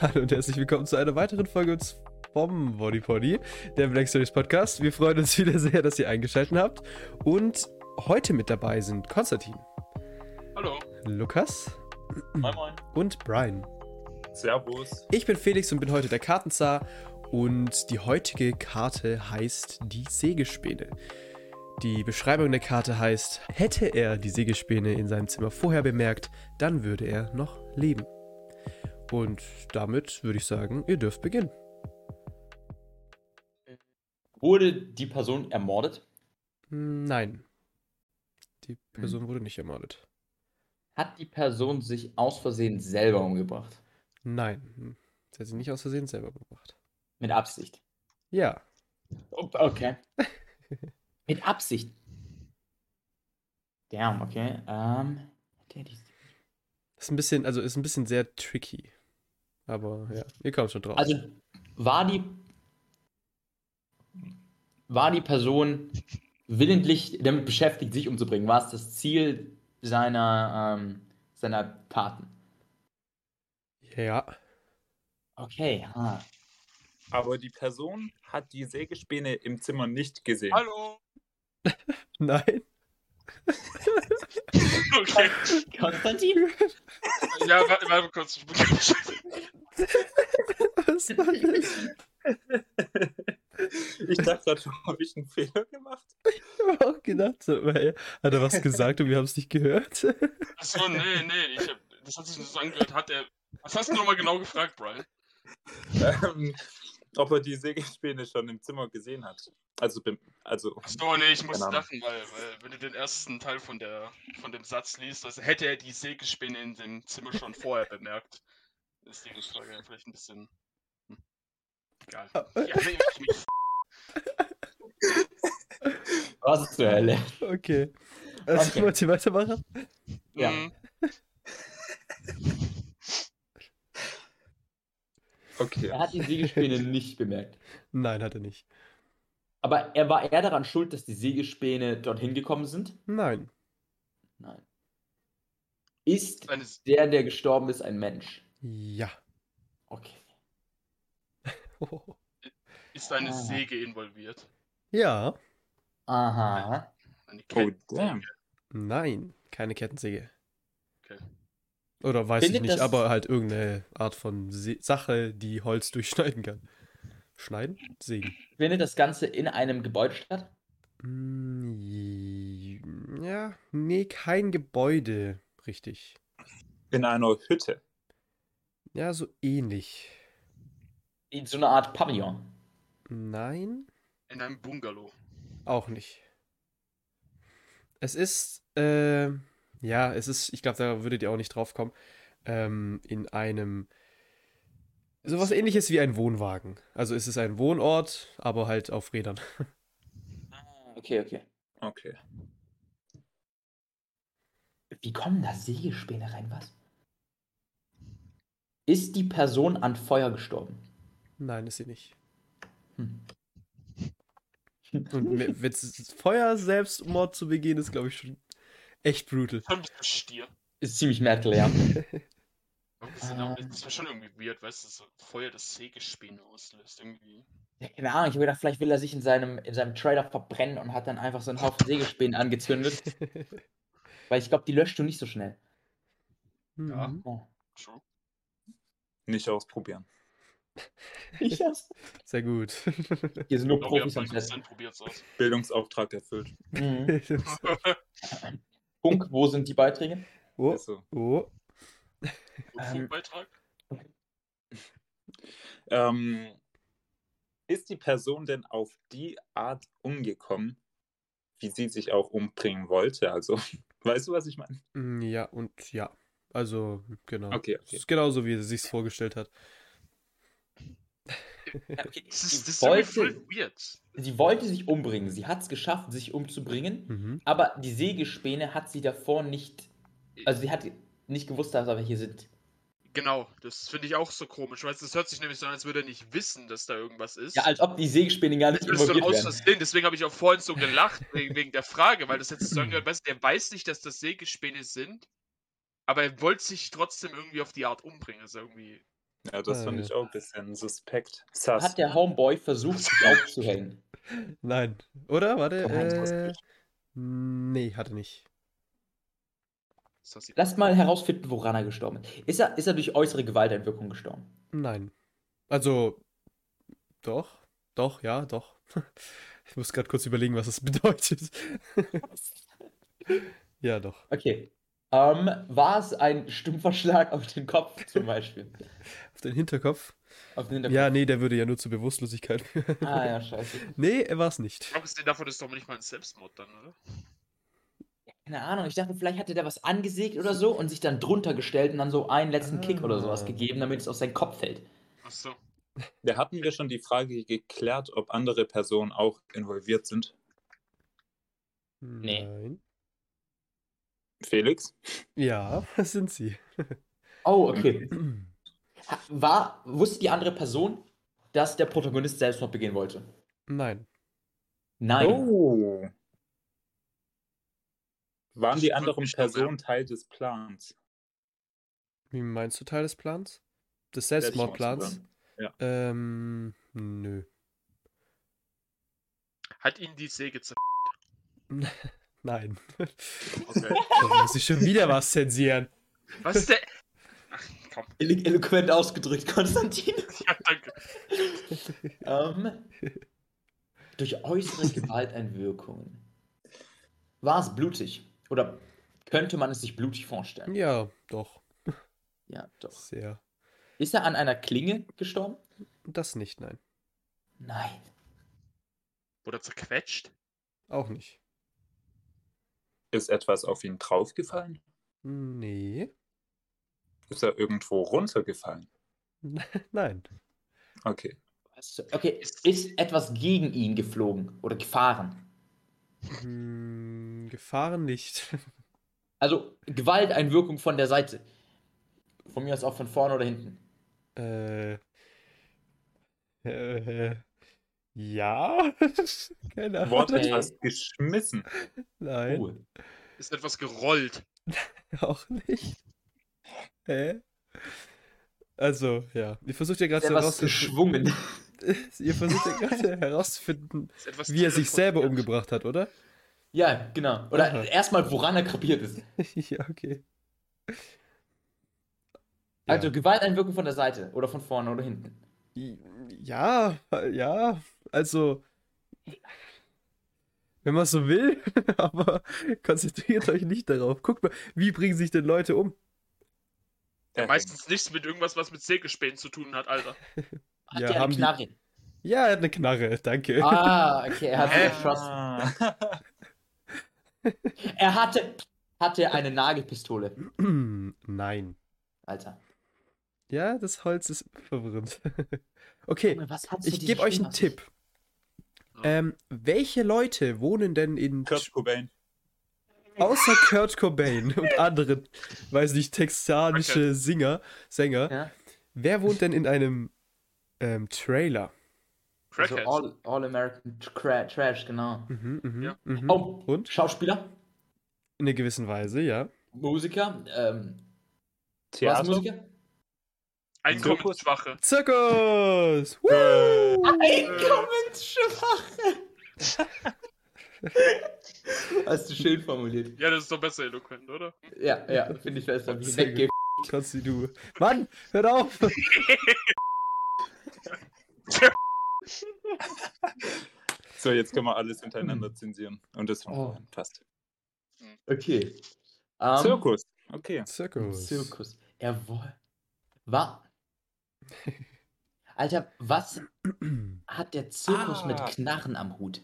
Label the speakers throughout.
Speaker 1: Hallo und herzlich willkommen zu einer weiteren Folge vom Body Poddy, der Black Stories Podcast. Wir freuen uns wieder sehr, dass ihr eingeschaltet habt. Und heute mit dabei sind Konstantin,
Speaker 2: Hallo.
Speaker 1: Lukas
Speaker 2: Moin moin.
Speaker 1: und Brian.
Speaker 2: Servus.
Speaker 1: Ich bin Felix und bin heute der Kartenzar und die heutige Karte heißt die Sägespäne. Die Beschreibung der Karte heißt, hätte er die Sägespäne in seinem Zimmer vorher bemerkt, dann würde er noch leben. Und damit würde ich sagen, ihr dürft beginnen.
Speaker 3: Wurde die Person ermordet?
Speaker 1: Hm, Nein. Hm. Die Person wurde nicht ermordet.
Speaker 3: Hat die Person sich aus Versehen selber umgebracht?
Speaker 1: Nein. Hm. Sie hat sie nicht aus Versehen selber umgebracht.
Speaker 3: Mit Absicht.
Speaker 1: Ja.
Speaker 3: Okay. Mit Absicht. Damn, okay. Ähm, der die-
Speaker 1: Ist ein bisschen, also ist ein bisschen sehr tricky. Aber ja, ihr kommt schon drauf.
Speaker 3: also war die war die Person willentlich damit beschäftigt, sich umzubringen? War es das Ziel seiner ähm, seiner Taten?
Speaker 1: ja.
Speaker 3: Okay. Ah.
Speaker 2: Aber die Person hat die Sägespäne im Zimmer nicht gesehen.
Speaker 4: Hallo.
Speaker 1: Nein.
Speaker 4: Okay.
Speaker 3: Konstantin.
Speaker 4: Ja, warte, warte kurz. Ich bin
Speaker 1: Was war das?
Speaker 2: Ich dachte gerade schon, habe ich einen Fehler gemacht?
Speaker 1: Ich hab auch gedacht, so, weil hat er was gesagt und wir haben es nicht gehört.
Speaker 4: Achso, nee, nee. Ich hab, das hat sich nur so angehört. Hat der. Was hast du nochmal genau gefragt, Brian?
Speaker 2: Ähm, ob er die Sägespäne schon im Zimmer gesehen hat. Also, bem- also
Speaker 4: Achso, nee, ich muss
Speaker 2: Keine Ahnung.
Speaker 4: lachen, weil, weil wenn du den ersten Teil von, der, von dem Satz liest, also hätte er die Sägespäne in dem Zimmer schon vorher bemerkt, ist die Frage ja vielleicht ein bisschen. hm, Egal. Ja, nee, ich mich
Speaker 3: Was zur Hölle?
Speaker 1: Okay. Also
Speaker 3: Okay.
Speaker 1: wollt ihr weitermachen?
Speaker 3: Ja.
Speaker 4: Mhm.
Speaker 2: okay.
Speaker 3: Er hat die Siegespäne nicht bemerkt.
Speaker 1: Nein, hat er nicht.
Speaker 3: Aber er war eher daran schuld, dass die Sägespäne dorthin gekommen sind?
Speaker 1: Nein.
Speaker 3: Nein. Ist
Speaker 4: Eine,
Speaker 3: der, der gestorben ist, ein Mensch?
Speaker 1: Ja.
Speaker 3: Okay.
Speaker 1: Oh.
Speaker 4: ist eine
Speaker 3: Ah.
Speaker 4: Säge involviert?
Speaker 1: Ja.
Speaker 3: Aha.
Speaker 4: Eine
Speaker 2: Oh,
Speaker 4: Kettensäge.
Speaker 2: damn.
Speaker 1: Nein. Keine Kettensäge.
Speaker 4: Okay.
Speaker 1: Oder weiß ich
Speaker 3: Findet
Speaker 1: nicht,
Speaker 3: das-
Speaker 1: aber halt irgendeine Art von Se Sache, die Holz durchschneiden kann. Schneiden? Sägen.
Speaker 3: Findet das Ganze in einem Gebäude statt?
Speaker 1: Mm, Ja, nee, kein Gebäude, richtig.
Speaker 2: In einer Hütte.
Speaker 1: Ja, so ähnlich.
Speaker 3: In so einer Art Pavillon?
Speaker 1: Nein,
Speaker 4: In einem Bungalow.
Speaker 1: auch nicht. Es ist, äh, ja, es ist, ich glaube, da würdet ihr auch nicht drauf kommen, ähm, in einem, sowas ähnliches wie ein Wohnwagen. Also es ist ein Wohnort, aber halt auf Rädern.
Speaker 3: Ah, Okay, okay.
Speaker 2: Okay.
Speaker 3: Wie kommen da Sägespäne rein, was? Ist die Person an Feuer gestorben?
Speaker 1: Nein, ist sie nicht.
Speaker 3: Hm.
Speaker 1: Und mit, mit Feuer Selbstmord zu begehen, ist, glaube ich, schon echt brutal.
Speaker 4: Schon ein bisschen Stier.
Speaker 3: Ist ziemlich metal, ja.
Speaker 4: Aber Das, sind auch-
Speaker 3: Ähm.
Speaker 4: das war schon irgendwie weird, weißt du, so Feuer das Sägespäne auslöst. Irgendwie.
Speaker 3: Ja, keine Ahnung, ich habe gedacht, vielleicht will er sich in seinem, in seinem Trailer verbrennen und hat dann einfach so einen Haufen Sägespänen angezündet. Weil ich glaube, die löscht du nicht so schnell.
Speaker 4: Ja.
Speaker 1: Mhm.
Speaker 3: Oh.
Speaker 4: True.
Speaker 2: Nicht ausprobieren.
Speaker 3: Ich hab's.
Speaker 1: Sehr gut.
Speaker 3: Hier sind nur
Speaker 4: Ich glaube, wir haben
Speaker 3: Profis am
Speaker 4: 90%
Speaker 3: Set.
Speaker 4: probiert es aus.
Speaker 2: Bildungsauftrag erfüllt.
Speaker 3: Mhm. Funk, wo sind die Beiträge?
Speaker 1: oh,
Speaker 2: Also,
Speaker 1: oh.
Speaker 3: Ähm.
Speaker 4: Beitrag?
Speaker 2: ähm, ist die Person denn auf die Art umgekommen, wie sie sich auch umbringen wollte? Also, weißt du, was ich meine?
Speaker 1: Mm, Ja und ja. Also, genau.
Speaker 2: Okay,
Speaker 1: Es
Speaker 2: okay.
Speaker 1: ist genauso, wie sie sich's vorgestellt hat.
Speaker 4: Das ist, das ist
Speaker 3: Wollte-
Speaker 4: irgendwie voll weird.
Speaker 3: Sie wollte sich umbringen. Sie hat es geschafft, sich umzubringen.
Speaker 1: Mhm.
Speaker 3: Aber die Sägespäne hat sie davor nicht. Also, sie hat nicht gewusst, dass wir hier sind.
Speaker 4: Genau, das finde ich auch so komisch. Weißt du, das hört sich nämlich so an, als würde er nicht wissen, dass da irgendwas ist.
Speaker 3: Ja, als ob die Sägespäne gar nicht
Speaker 4: das ist so ein
Speaker 3: involviert wären.
Speaker 4: Ausversehen. Deswegen habe ich auch vorhin so gelacht, wegen, wegen der Frage, weil das jetzt so angehört, weißt du, der weiß nicht, dass das Sägespäne sind, aber er wollte sich trotzdem irgendwie auf die Art umbringen. Das ist irgendwie
Speaker 2: Ja, das
Speaker 1: Ah,
Speaker 2: fand
Speaker 1: ja.
Speaker 2: ich auch ein bisschen suspekt. Sass.
Speaker 3: Hat der Homeboy versucht, sich aufzuhängen?
Speaker 1: Nein. Oder? Warte.
Speaker 2: Komm, Heinz, was
Speaker 1: Äh, mm,
Speaker 2: geht?
Speaker 1: nee, hatte nicht.
Speaker 4: So sieht-
Speaker 3: Lasst mal herausfinden, woran er gestorben ist. Ist er, ist er durch äußere Gewalteinwirkung gestorben?
Speaker 1: Nein. Also, doch. Doch, ja, doch. Ich muss gerade kurz überlegen, was das bedeutet. ja, doch.
Speaker 3: Okay. Ähm, war es ein stumpfer Schlag auf den Kopf zum Beispiel?
Speaker 1: Auf den Hinterkopf.
Speaker 3: Auf den Hinterkopf?
Speaker 1: Ja, nee, der würde ja nur zur Bewusstlosigkeit führen.
Speaker 3: Ah ja, scheiße.
Speaker 1: Nee, er war es nicht.
Speaker 4: Abgesehen davon ist doch nicht mal ein Selbstmord dann, oder?
Speaker 3: Keine Ahnung, ich dachte, vielleicht hatte der was angesägt oder so und sich dann drunter gestellt und dann so einen letzten Kick oder sowas
Speaker 1: Ah.
Speaker 3: gegeben, damit es auf seinen Kopf fällt.
Speaker 4: Achso.
Speaker 2: Da hatten wir schon die Frage geklärt, ob andere Personen auch involviert sind.
Speaker 3: Nee.
Speaker 1: Nein.
Speaker 2: Felix?
Speaker 1: Ja, das sind sie.
Speaker 3: Oh, okay. Ha- War, wusste die andere Person, dass der Protagonist Selbstmord begehen wollte?
Speaker 1: Nein.
Speaker 3: Nein.
Speaker 2: Oh. Waren die
Speaker 4: Das
Speaker 2: anderen
Speaker 4: wird nicht
Speaker 2: Personen Teil des Plans?
Speaker 1: Wie meinst du Teil des Plans? Des
Speaker 2: ich
Speaker 1: Selbstmordplans?
Speaker 2: Selbstmordsplan. Ja.
Speaker 1: Ähm, nö.
Speaker 4: Hat ihn die Säge zer...
Speaker 1: Nein.
Speaker 4: Okay.
Speaker 1: Da muss ich schon wieder was zensieren.
Speaker 4: Was ist der... Ach, komm.
Speaker 3: Elo- Eloquent ausgedrückt, Konstantin.
Speaker 4: Ja, danke.
Speaker 3: ähm, durch äußere Gewalteinwirkungen. War es blutig? Oder könnte man es sich blutig vorstellen?
Speaker 1: Ja, doch.
Speaker 3: Ja, doch.
Speaker 1: Sehr.
Speaker 3: Ist er an einer Klinge gestorben?
Speaker 1: Das nicht, nein.
Speaker 3: Nein.
Speaker 4: Oder zerquetscht?
Speaker 1: Auch nicht.
Speaker 2: Ist etwas auf ihn draufgefallen?
Speaker 1: Nee.
Speaker 2: Ist er irgendwo runtergefallen?
Speaker 1: Nein.
Speaker 2: Okay.
Speaker 3: Was? Okay, ist etwas gegen ihn geflogen oder gefahren?
Speaker 1: Hm, Gefahren nicht.
Speaker 3: Also Gewalteinwirkung von der Seite. Von mir aus auch von vorne oder hinten.
Speaker 1: äh. Äh. Ja. Keine Ahnung.
Speaker 2: Wort
Speaker 3: Okay.
Speaker 2: etwas geschmissen.
Speaker 1: Nein.
Speaker 3: Cool.
Speaker 4: Ist etwas gerollt?
Speaker 1: Auch nicht. Hä? Also, ja. Ihr versucht ja
Speaker 3: Ist
Speaker 1: gerade
Speaker 3: er was
Speaker 1: herauszufinden.
Speaker 3: geschwungen?
Speaker 1: Ihr versucht ja gerade herauszufinden,
Speaker 4: Ist etwas
Speaker 1: wie er sich selber
Speaker 4: teleportiert?
Speaker 1: umgebracht hat, oder?
Speaker 3: Ja, genau.
Speaker 1: Aha.
Speaker 3: Oder erstmal, woran er krepiert ist.
Speaker 1: Ja, okay.
Speaker 3: Also Gewalteinwirkung von der Seite oder von vorne oder hinten.
Speaker 1: I- Ja, ja, also, wenn man so will, aber konzentriert euch nicht darauf. Guckt mal, wie bringen sich denn Leute um?
Speaker 2: Er
Speaker 4: Meistens nichts mit irgendwas, was mit Sägespänen zu tun hat, Alter.
Speaker 2: Also
Speaker 3: Hat
Speaker 1: Ja,
Speaker 3: der
Speaker 1: haben
Speaker 3: eine
Speaker 1: die-
Speaker 3: Knarre?
Speaker 1: Ja, er hat eine Knarre, danke.
Speaker 3: Ah, okay, er hat sie
Speaker 4: Hä?
Speaker 3: geschossen.
Speaker 2: Ah,
Speaker 3: Er hatte, hatte eine Nagelpistole.
Speaker 1: Nein.
Speaker 3: Alter.
Speaker 1: Ja, das Holz ist verwirrend. Okay,
Speaker 3: Was hat's
Speaker 1: ich gebe euch einen Tipp.
Speaker 4: Ja.
Speaker 1: Ähm, welche Leute wohnen denn in
Speaker 2: Kurt Cobain.
Speaker 1: außer Kurt Cobain und anderen, weiß nicht, texanische Singer, Sänger?
Speaker 3: Ja?
Speaker 1: Wer wohnt denn in einem ähm, Trailer?
Speaker 3: Also
Speaker 4: Crackheads.
Speaker 3: All- All-American Tra- Trash, genau.
Speaker 1: Mhm, mhm,
Speaker 4: Ja.
Speaker 1: mhm.
Speaker 3: Oh,
Speaker 1: Und?
Speaker 3: Schauspieler,
Speaker 1: In einer gewissen Weise, ja.
Speaker 3: Musiker, ähm, was
Speaker 2: Theater.
Speaker 3: Musiker?
Speaker 4: Einkommensschwache.
Speaker 1: Zirkus! Woo! Äh.
Speaker 3: Einkommensschwache. Hast du schön formuliert.
Speaker 4: Ja, das ist doch besser eloquent, oder?
Speaker 3: Ja, ja, finde ich besser. Wie
Speaker 1: Sehr gut.
Speaker 3: wegge-
Speaker 1: Konsti, du. Mann, hört auf!
Speaker 2: So, jetzt können wir alles hintereinander zensieren. Und das
Speaker 3: Hm. Oh.
Speaker 2: passt.
Speaker 3: Okay. Ähm,
Speaker 2: Zirkus. Okay.
Speaker 1: Zirkus.
Speaker 3: Zirkus. Jawohl. War. Alter, was hat der Zirkus
Speaker 2: Ah.
Speaker 3: mit Knarren am Hut?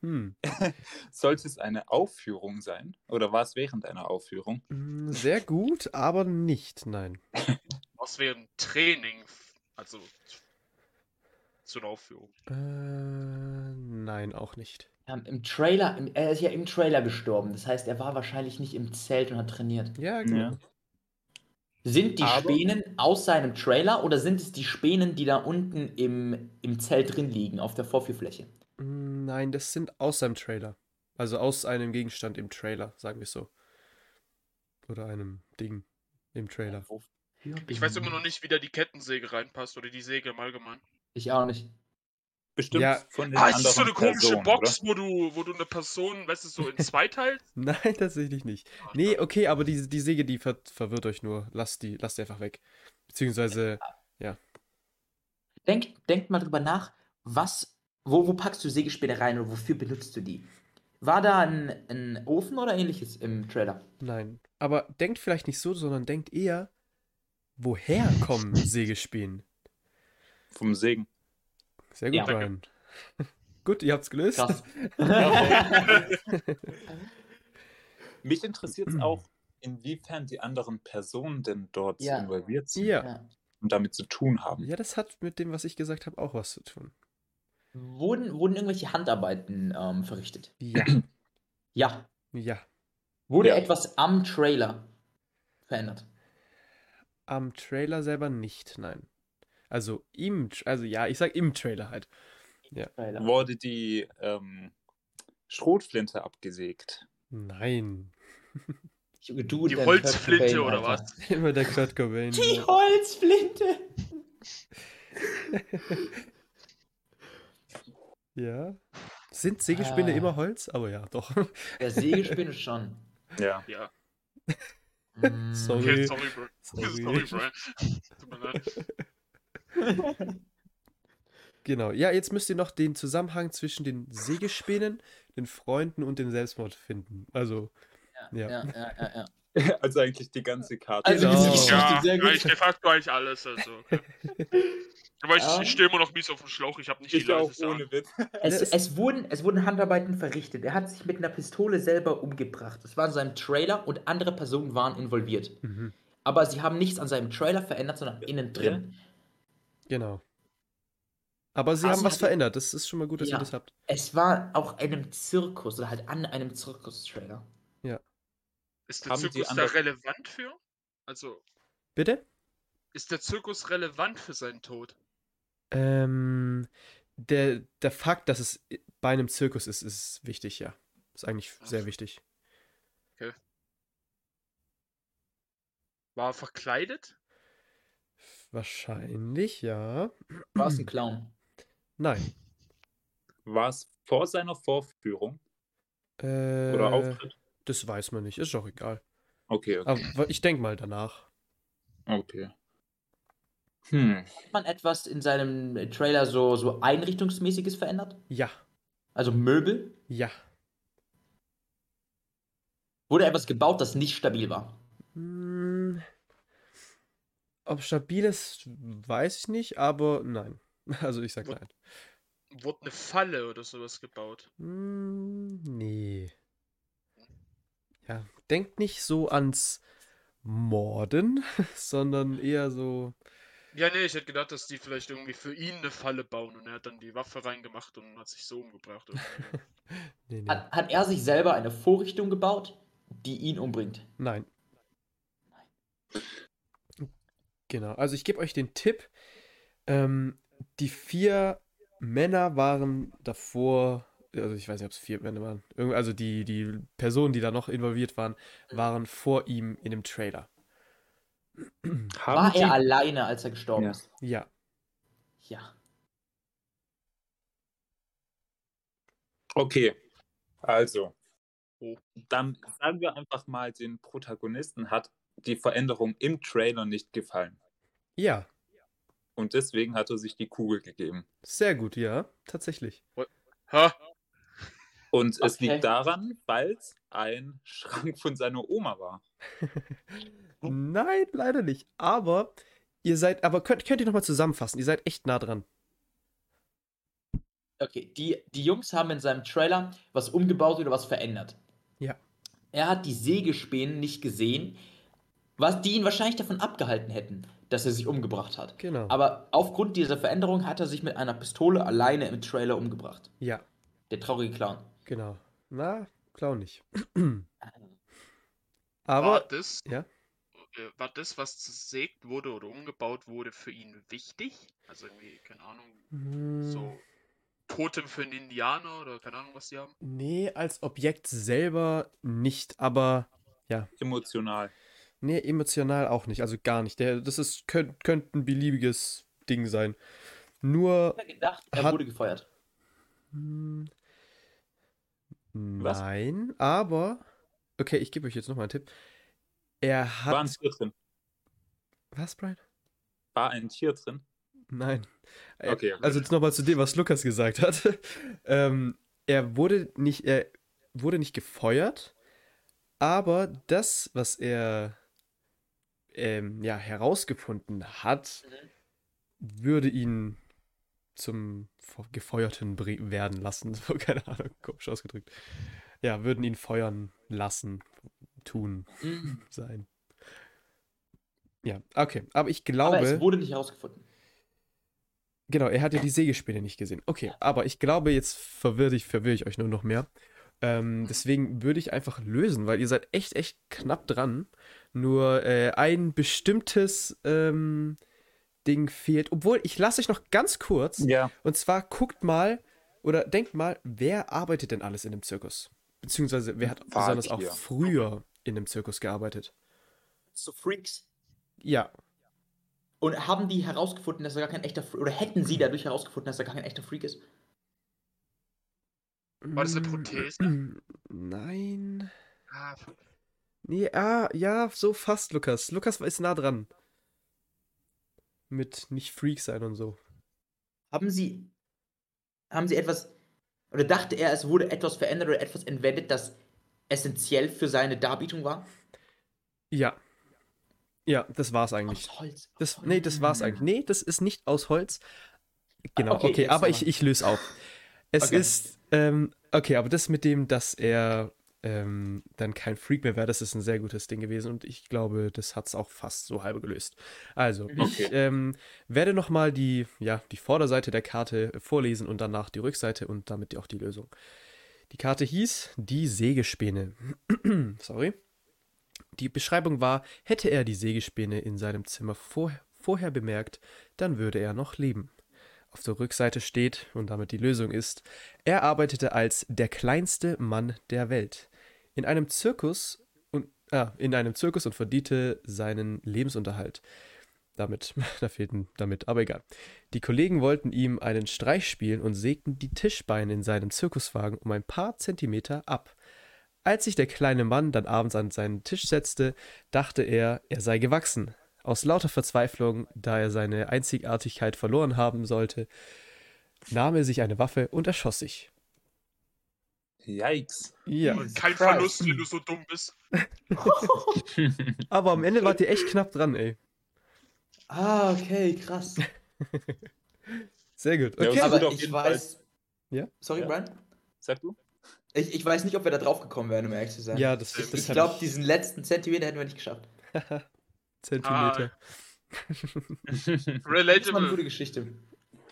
Speaker 1: Hm.
Speaker 2: Sollte es eine Aufführung sein? Oder war es während einer Aufführung?
Speaker 1: Mm, Sehr gut, aber nicht, nein.
Speaker 4: Was wäre ein Training? Also zu einer Aufführung.
Speaker 1: Äh, nein, auch nicht.
Speaker 3: Ähm, Im Trailer, im, er ist ja im Trailer gestorben. Das heißt, er war wahrscheinlich nicht im Zelt und hat trainiert.
Speaker 1: Ja, genau.
Speaker 3: Sind die
Speaker 2: Aber-
Speaker 3: Spänen aus seinem Trailer oder sind es die Spänen, die da unten im, im Zelt drin liegen, auf der Vorführfläche?
Speaker 1: Mm, Nein, das sind aus seinem Trailer. Also aus einem Gegenstand im Trailer, sagen wir es so. Oder einem Ding im Trailer.
Speaker 3: Wo,
Speaker 4: Ich weiß
Speaker 2: Hm.
Speaker 4: immer noch nicht, wie da die Kettensäge reinpasst oder die Säge im Allgemeinen.
Speaker 3: Ich auch nicht.
Speaker 2: Bestimmt
Speaker 1: Ja.
Speaker 2: von den
Speaker 4: Ah,
Speaker 2: anderen
Speaker 4: es ist so eine komische
Speaker 2: Personen,
Speaker 4: Box, wo du, wo du eine Person, weißt du, so in halt? zwei teilst.
Speaker 1: Nein, tatsächlich nicht.
Speaker 3: Oh,
Speaker 1: Nee, okay, aber die, die Säge, die ver verwirrt euch nur. Lasst die, lasst die einfach weg. Beziehungsweise,
Speaker 3: Denk, denk mal drüber nach, was, wo, wo packst du Sägespäne rein oder wofür benutzt du die? War da ein, ein Ofen oder ähnliches im Trailer?
Speaker 1: nein. Aber denkt vielleicht nicht so, sondern denkt eher, woher kommen Sägespänen?
Speaker 2: Oder? Vom Segen.
Speaker 1: Sehr gut,
Speaker 3: Ja.
Speaker 1: Brian. gut, ihr habt's gelöst.
Speaker 3: Krass.
Speaker 2: Mich interessiert es auch, inwiefern die anderen Personen denn dort
Speaker 3: Ja.
Speaker 2: involviert sind
Speaker 1: Ja.
Speaker 3: ja.
Speaker 2: und damit zu tun haben.
Speaker 1: ja, das hat mit dem, was ich gesagt habe, auch was zu tun.
Speaker 3: wurden, wurden irgendwelche Handarbeiten ähm, verrichtet?
Speaker 1: Ja,
Speaker 3: Ja.
Speaker 1: ja.
Speaker 3: Wurde
Speaker 2: Ja.
Speaker 3: etwas am Trailer verändert?
Speaker 1: Am Trailer selber nicht, nein. Also im, Tra- also ja, ich sag im Trailer halt.
Speaker 3: Trailer.
Speaker 2: Wurde die ähm, Schrotflinte abgesägt?
Speaker 1: Nein.
Speaker 3: Junge, du und
Speaker 4: Die
Speaker 3: dein
Speaker 4: Holzflinte
Speaker 3: Kurt Cobain,
Speaker 4: oder
Speaker 3: Alter.
Speaker 4: was?
Speaker 1: Immer der Kurt Cobain.
Speaker 3: Die Holzflinte!
Speaker 1: ne? Ja. Sind Sägespäne
Speaker 3: Ah.
Speaker 1: immer Holz? Aber ja, doch.
Speaker 3: Der Sägespäne schon.
Speaker 2: Ja.
Speaker 4: Ja.
Speaker 3: Mm.
Speaker 1: Sorry.
Speaker 4: Okay, sorry, Bro.
Speaker 1: Sorry.
Speaker 4: Sorry, Brian. Tut mir leid.
Speaker 1: Genau. Ja, jetzt müsst ihr noch den Zusammenhang zwischen den Sägespänen, den Freunden und dem Selbstmord finden. Also,
Speaker 3: Ja,
Speaker 1: Ja.
Speaker 3: ja, ja, ja, ja.
Speaker 2: Also eigentlich die ganze Karte.
Speaker 3: Also
Speaker 1: Genau.
Speaker 3: diese Geschichte,
Speaker 4: Ja,
Speaker 3: sehr
Speaker 4: ja, ich
Speaker 3: gut.
Speaker 4: de facto eigentlich alles. Also, okay. Aber ich,
Speaker 3: Ja.
Speaker 4: ich stehe immer noch mies auf dem Schlauch. Ich habe nicht
Speaker 2: ich
Speaker 4: die
Speaker 2: auch
Speaker 4: leiseste Ahnung.
Speaker 2: ohne Witz.
Speaker 3: Es,
Speaker 1: Das-
Speaker 3: es, wurden, es wurden Handarbeiten verrichtet. Er hat sich mit einer Pistole selber umgebracht. Das war in seinem Trailer und andere Personen waren involviert.
Speaker 1: mhm.
Speaker 3: Aber sie haben nichts an seinem Trailer verändert, sondern innen drin.
Speaker 1: genau. Aber sie
Speaker 3: Ah,
Speaker 1: haben
Speaker 3: sie
Speaker 1: was
Speaker 3: hat-
Speaker 1: verändert. Das ist schon mal gut, dass ihr
Speaker 3: Ja.
Speaker 1: das habt.
Speaker 3: Es war auch einem Zirkus oder halt an einem Zirkus-Trailer.
Speaker 4: Ist der
Speaker 2: Haben die
Speaker 4: Zirkus da
Speaker 2: andere-
Speaker 4: relevant für? Also,
Speaker 1: Bitte?
Speaker 4: ist der Zirkus relevant für seinen Tod?
Speaker 1: Ähm, der, der Fakt, dass es bei einem Zirkus ist, ist wichtig, ja. Ist eigentlich sehr wichtig.
Speaker 4: War er verkleidet?
Speaker 1: Wahrscheinlich, ja.
Speaker 3: War es ein Clown?
Speaker 1: Nein.
Speaker 2: War es vor seiner Vorführung
Speaker 1: Äh,
Speaker 2: oder Auftritt?
Speaker 1: Das weiß man nicht, ist auch egal.
Speaker 2: Okay, okay.
Speaker 1: Aber ich denke mal danach.
Speaker 2: okay. Hm.
Speaker 3: Hat man etwas in seinem Trailer so, so Einrichtungsmäßiges verändert?
Speaker 1: Ja,
Speaker 3: Also Möbel?
Speaker 1: ja.
Speaker 3: Wurde etwas gebaut, das nicht stabil war?
Speaker 1: Hm. Ob stabil ist, weiß ich nicht, aber nein. Also ich sag
Speaker 4: Wo-
Speaker 1: nein.
Speaker 4: Wurde eine Falle oder sowas gebaut?
Speaker 1: Hm, nee. Ja, denkt nicht so ans Morden, sondern eher so.
Speaker 4: Ja, nee, ich hätte gedacht, dass die vielleicht irgendwie für ihn eine Falle bauen und er hat dann die Waffe reingemacht und hat sich so umgebracht. irgendwie.
Speaker 1: Nee, nee.
Speaker 3: Hat, hat er sich selber eine Vorrichtung gebaut, die ihn umbringt?
Speaker 1: Nein. Genau, also ich gebe euch den Tipp. Ähm, die vier Männer waren davor, also ich weiß nicht, ob es vier Männer waren, Irgend- also die, die Personen, die da noch involviert waren, waren vor ihm in dem Trailer.
Speaker 3: War
Speaker 2: Haben
Speaker 3: er
Speaker 2: die,
Speaker 3: alleine, als er gestorben
Speaker 2: Ja.
Speaker 3: ist?
Speaker 1: Ja,
Speaker 3: Ja.
Speaker 2: okay, also.
Speaker 4: Oh.
Speaker 2: Dann sagen wir einfach mal, den Protagonisten hat die Veränderung im Trailer nicht gefallen.
Speaker 1: ja,
Speaker 2: Und deswegen hat er sich die Kugel gegeben.
Speaker 1: sehr gut, ja, tatsächlich.
Speaker 4: ha,
Speaker 2: Und es
Speaker 3: Okay.
Speaker 2: liegt daran, weil es ein Schrank von seiner Oma war.
Speaker 1: Nein, leider nicht, aber ihr seid, aber könnt, könnt ihr nochmal zusammenfassen, ihr seid echt nah dran.
Speaker 3: Okay, die, die Jungs haben in seinem Trailer was umgebaut oder was verändert.
Speaker 1: Ja.
Speaker 3: Er hat die Sägespäne nicht gesehen, was die ihn wahrscheinlich davon abgehalten hätten, dass er sich umgebracht hat.
Speaker 1: Genau.
Speaker 3: Aber aufgrund dieser Veränderung hat er sich mit einer Pistole alleine im Trailer umgebracht.
Speaker 1: Ja,
Speaker 3: Der traurige Clown.
Speaker 1: genau. Na, klar nicht.
Speaker 4: war
Speaker 1: Aber
Speaker 4: das,
Speaker 1: ja.
Speaker 4: äh, war das, was gesägt wurde oder umgebaut wurde, für ihn wichtig? Also irgendwie, keine Ahnung,
Speaker 1: So.
Speaker 4: so Totem für einen Indianer oder keine Ahnung, was die haben.
Speaker 1: Nee, als Objekt selber nicht, aber
Speaker 2: Emotional.
Speaker 1: Nee, emotional auch nicht. Also gar nicht. Der, das ist, könnte könnt ein beliebiges Ding sein. Nur.
Speaker 3: Ich hab gedacht, er
Speaker 1: Hat-
Speaker 3: wurde gefeuert.
Speaker 1: Hm,
Speaker 2: Was?
Speaker 1: nein, aber. Okay, ich gebe euch jetzt nochmal einen Tipp. Er hat.
Speaker 2: War ein Tier drin.
Speaker 1: Was, Brian?
Speaker 2: War ein Tier drin?
Speaker 1: Nein. Äh,
Speaker 2: Okay, ja, gut.
Speaker 1: Also jetzt nochmal zu dem, was Lukas gesagt hat. ähm, er wurde nicht, er wurde nicht gefeuert, aber das, was er ähm, ja, herausgefunden hat, würde ihn zum Fe- Gefeuerten bre- werden lassen. So, keine Ahnung, komisch ausgedrückt. Ja, würden ihn feuern lassen, tun,
Speaker 3: Mhm.
Speaker 1: sein. Ja, okay. Aber ich glaube.
Speaker 3: Aber es wurde nicht herausgefunden.
Speaker 1: Genau, er hat ja die Sägespäne nicht gesehen. Okay, aber ich glaube, jetzt verwirre ich, verwirre ich euch nur noch mehr. Ähm, deswegen würde ich einfach lösen, weil ihr seid echt, echt knapp dran. Nur äh, ein bestimmtes ähm, Ding fehlt. Obwohl, ich lasse euch noch ganz kurz.
Speaker 2: Ja.
Speaker 1: Und zwar guckt mal oder denkt mal, wer arbeitet denn alles in dem Zirkus? Beziehungsweise, wer hat
Speaker 2: War
Speaker 1: besonders auch
Speaker 2: hier.
Speaker 1: früher in dem Zirkus gearbeitet?
Speaker 3: So Freaks.
Speaker 1: Ja,
Speaker 3: Und haben die herausgefunden, dass er gar kein echter Freak Oder hätten sie dadurch herausgefunden, dass er gar kein echter Freak ist?
Speaker 4: War das eine Prothese?
Speaker 1: Nein.
Speaker 4: Ah,
Speaker 1: Nee, ah, ja, so fast, Lukas. Lukas ist nah dran. Mit nicht Freak sein und so.
Speaker 3: Haben sie. Haben sie etwas. Oder dachte er, es wurde etwas verändert oder etwas entwendet, das essentiell für seine Darbietung war?
Speaker 1: Ja. Ja, das war's eigentlich.
Speaker 3: Aus Holz. aus
Speaker 1: Das,
Speaker 3: Holz.
Speaker 1: nee, das war's eigentlich. Nee, das ist nicht aus Holz. Genau,
Speaker 3: Okay,
Speaker 1: okay,
Speaker 3: jetzt
Speaker 1: aber
Speaker 3: aber.
Speaker 1: ich, ich löse auf. Es
Speaker 3: Okay.
Speaker 1: ist, ähm, okay, aber das mit dem, dass er ähm, dann kein Freak mehr wäre, das ist ein sehr gutes Ding gewesen und ich glaube, das hat's auch fast so halbe gelöst. Also,
Speaker 2: Okay.
Speaker 1: ich ähm, werde nochmal die, ja, die Vorderseite der Karte äh, vorlesen und danach die Rückseite und damit auch die Lösung. Die Karte hieß Die Sägespäne. Sorry. Die Beschreibung war, hätte er die Sägespäne in seinem Zimmer vor, vorher bemerkt, dann würde er noch leben. Auf der Rückseite steht, und damit die Lösung ist, er arbeitete als der kleinste Mann der Welt. In einem Zirkus und ah, in einem Zirkus und verdiente seinen Lebensunterhalt. Damit, da fehlt ein damit, aber egal. Die Kollegen wollten ihm einen Streich spielen und sägten die Tischbeine in seinem Zirkuswagen um ein paar Zentimeter ab. Als sich der kleine Mann dann abends an seinen Tisch setzte, dachte er, er sei gewachsen. Aus lauter Verzweiflung, da er seine Einzigartigkeit verloren haben sollte, nahm er sich eine Waffe und erschoss sich.
Speaker 2: Yikes.
Speaker 1: Ja.
Speaker 4: kein Verlust, wenn du so dumm bist.
Speaker 1: Aber am Ende wart ihr echt knapp dran, ey.
Speaker 3: Ah, okay, krass.
Speaker 1: Sehr gut.
Speaker 2: Ja,
Speaker 1: Okay. aber-
Speaker 2: aber-
Speaker 3: Aber
Speaker 2: auf
Speaker 3: ich
Speaker 2: jeden
Speaker 3: weiß.
Speaker 1: Ja?
Speaker 3: Sorry,
Speaker 2: Ja.
Speaker 3: Brian?
Speaker 2: Sag du?
Speaker 3: Ich, ich weiß nicht, ob wir da drauf gekommen wären, um ehrlich zu sein.
Speaker 1: ja, das,
Speaker 4: Ich-
Speaker 1: das
Speaker 3: ich
Speaker 1: hab
Speaker 3: glaube, diesen letzten Zentimeter hätten wir nicht geschafft.
Speaker 1: Zentimeter.
Speaker 3: Das war eine gute
Speaker 4: Relatable.
Speaker 3: Geschichte.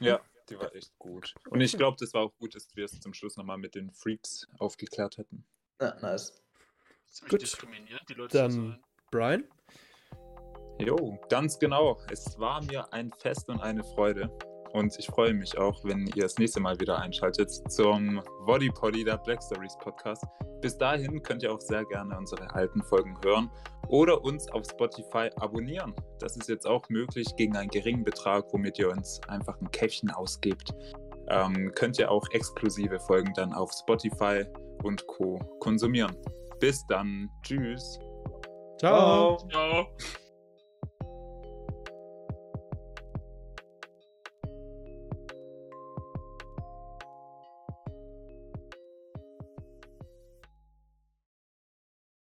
Speaker 2: ja, die war echt gut. Und ich glaube, das war auch gut, dass wir es zum Schluss nochmal mit den Freaks aufgeklärt hatten.
Speaker 3: Na, nice.
Speaker 4: Ziemlich
Speaker 1: Gut.
Speaker 4: diskriminiert, die Leute.
Speaker 1: Dann-
Speaker 4: so sein.
Speaker 1: Brian?
Speaker 2: Jo, ganz genau. Es war mir ein Fest und eine Freude. Und ich freue mich auch, wenn ihr das nächste Mal wieder einschaltet zum Body Poddy der Black Stories Podcast. Bis dahin könnt ihr auch sehr gerne unsere alten Folgen hören oder uns auf Spotify abonnieren. Das ist jetzt auch möglich gegen einen geringen Betrag, womit ihr uns einfach ein Käffchen ausgebt. Ähm, könnt ihr auch exklusive Folgen dann auf Spotify und Co. konsumieren. Bis dann. Tschüss.
Speaker 1: Ciao.
Speaker 4: Ciao.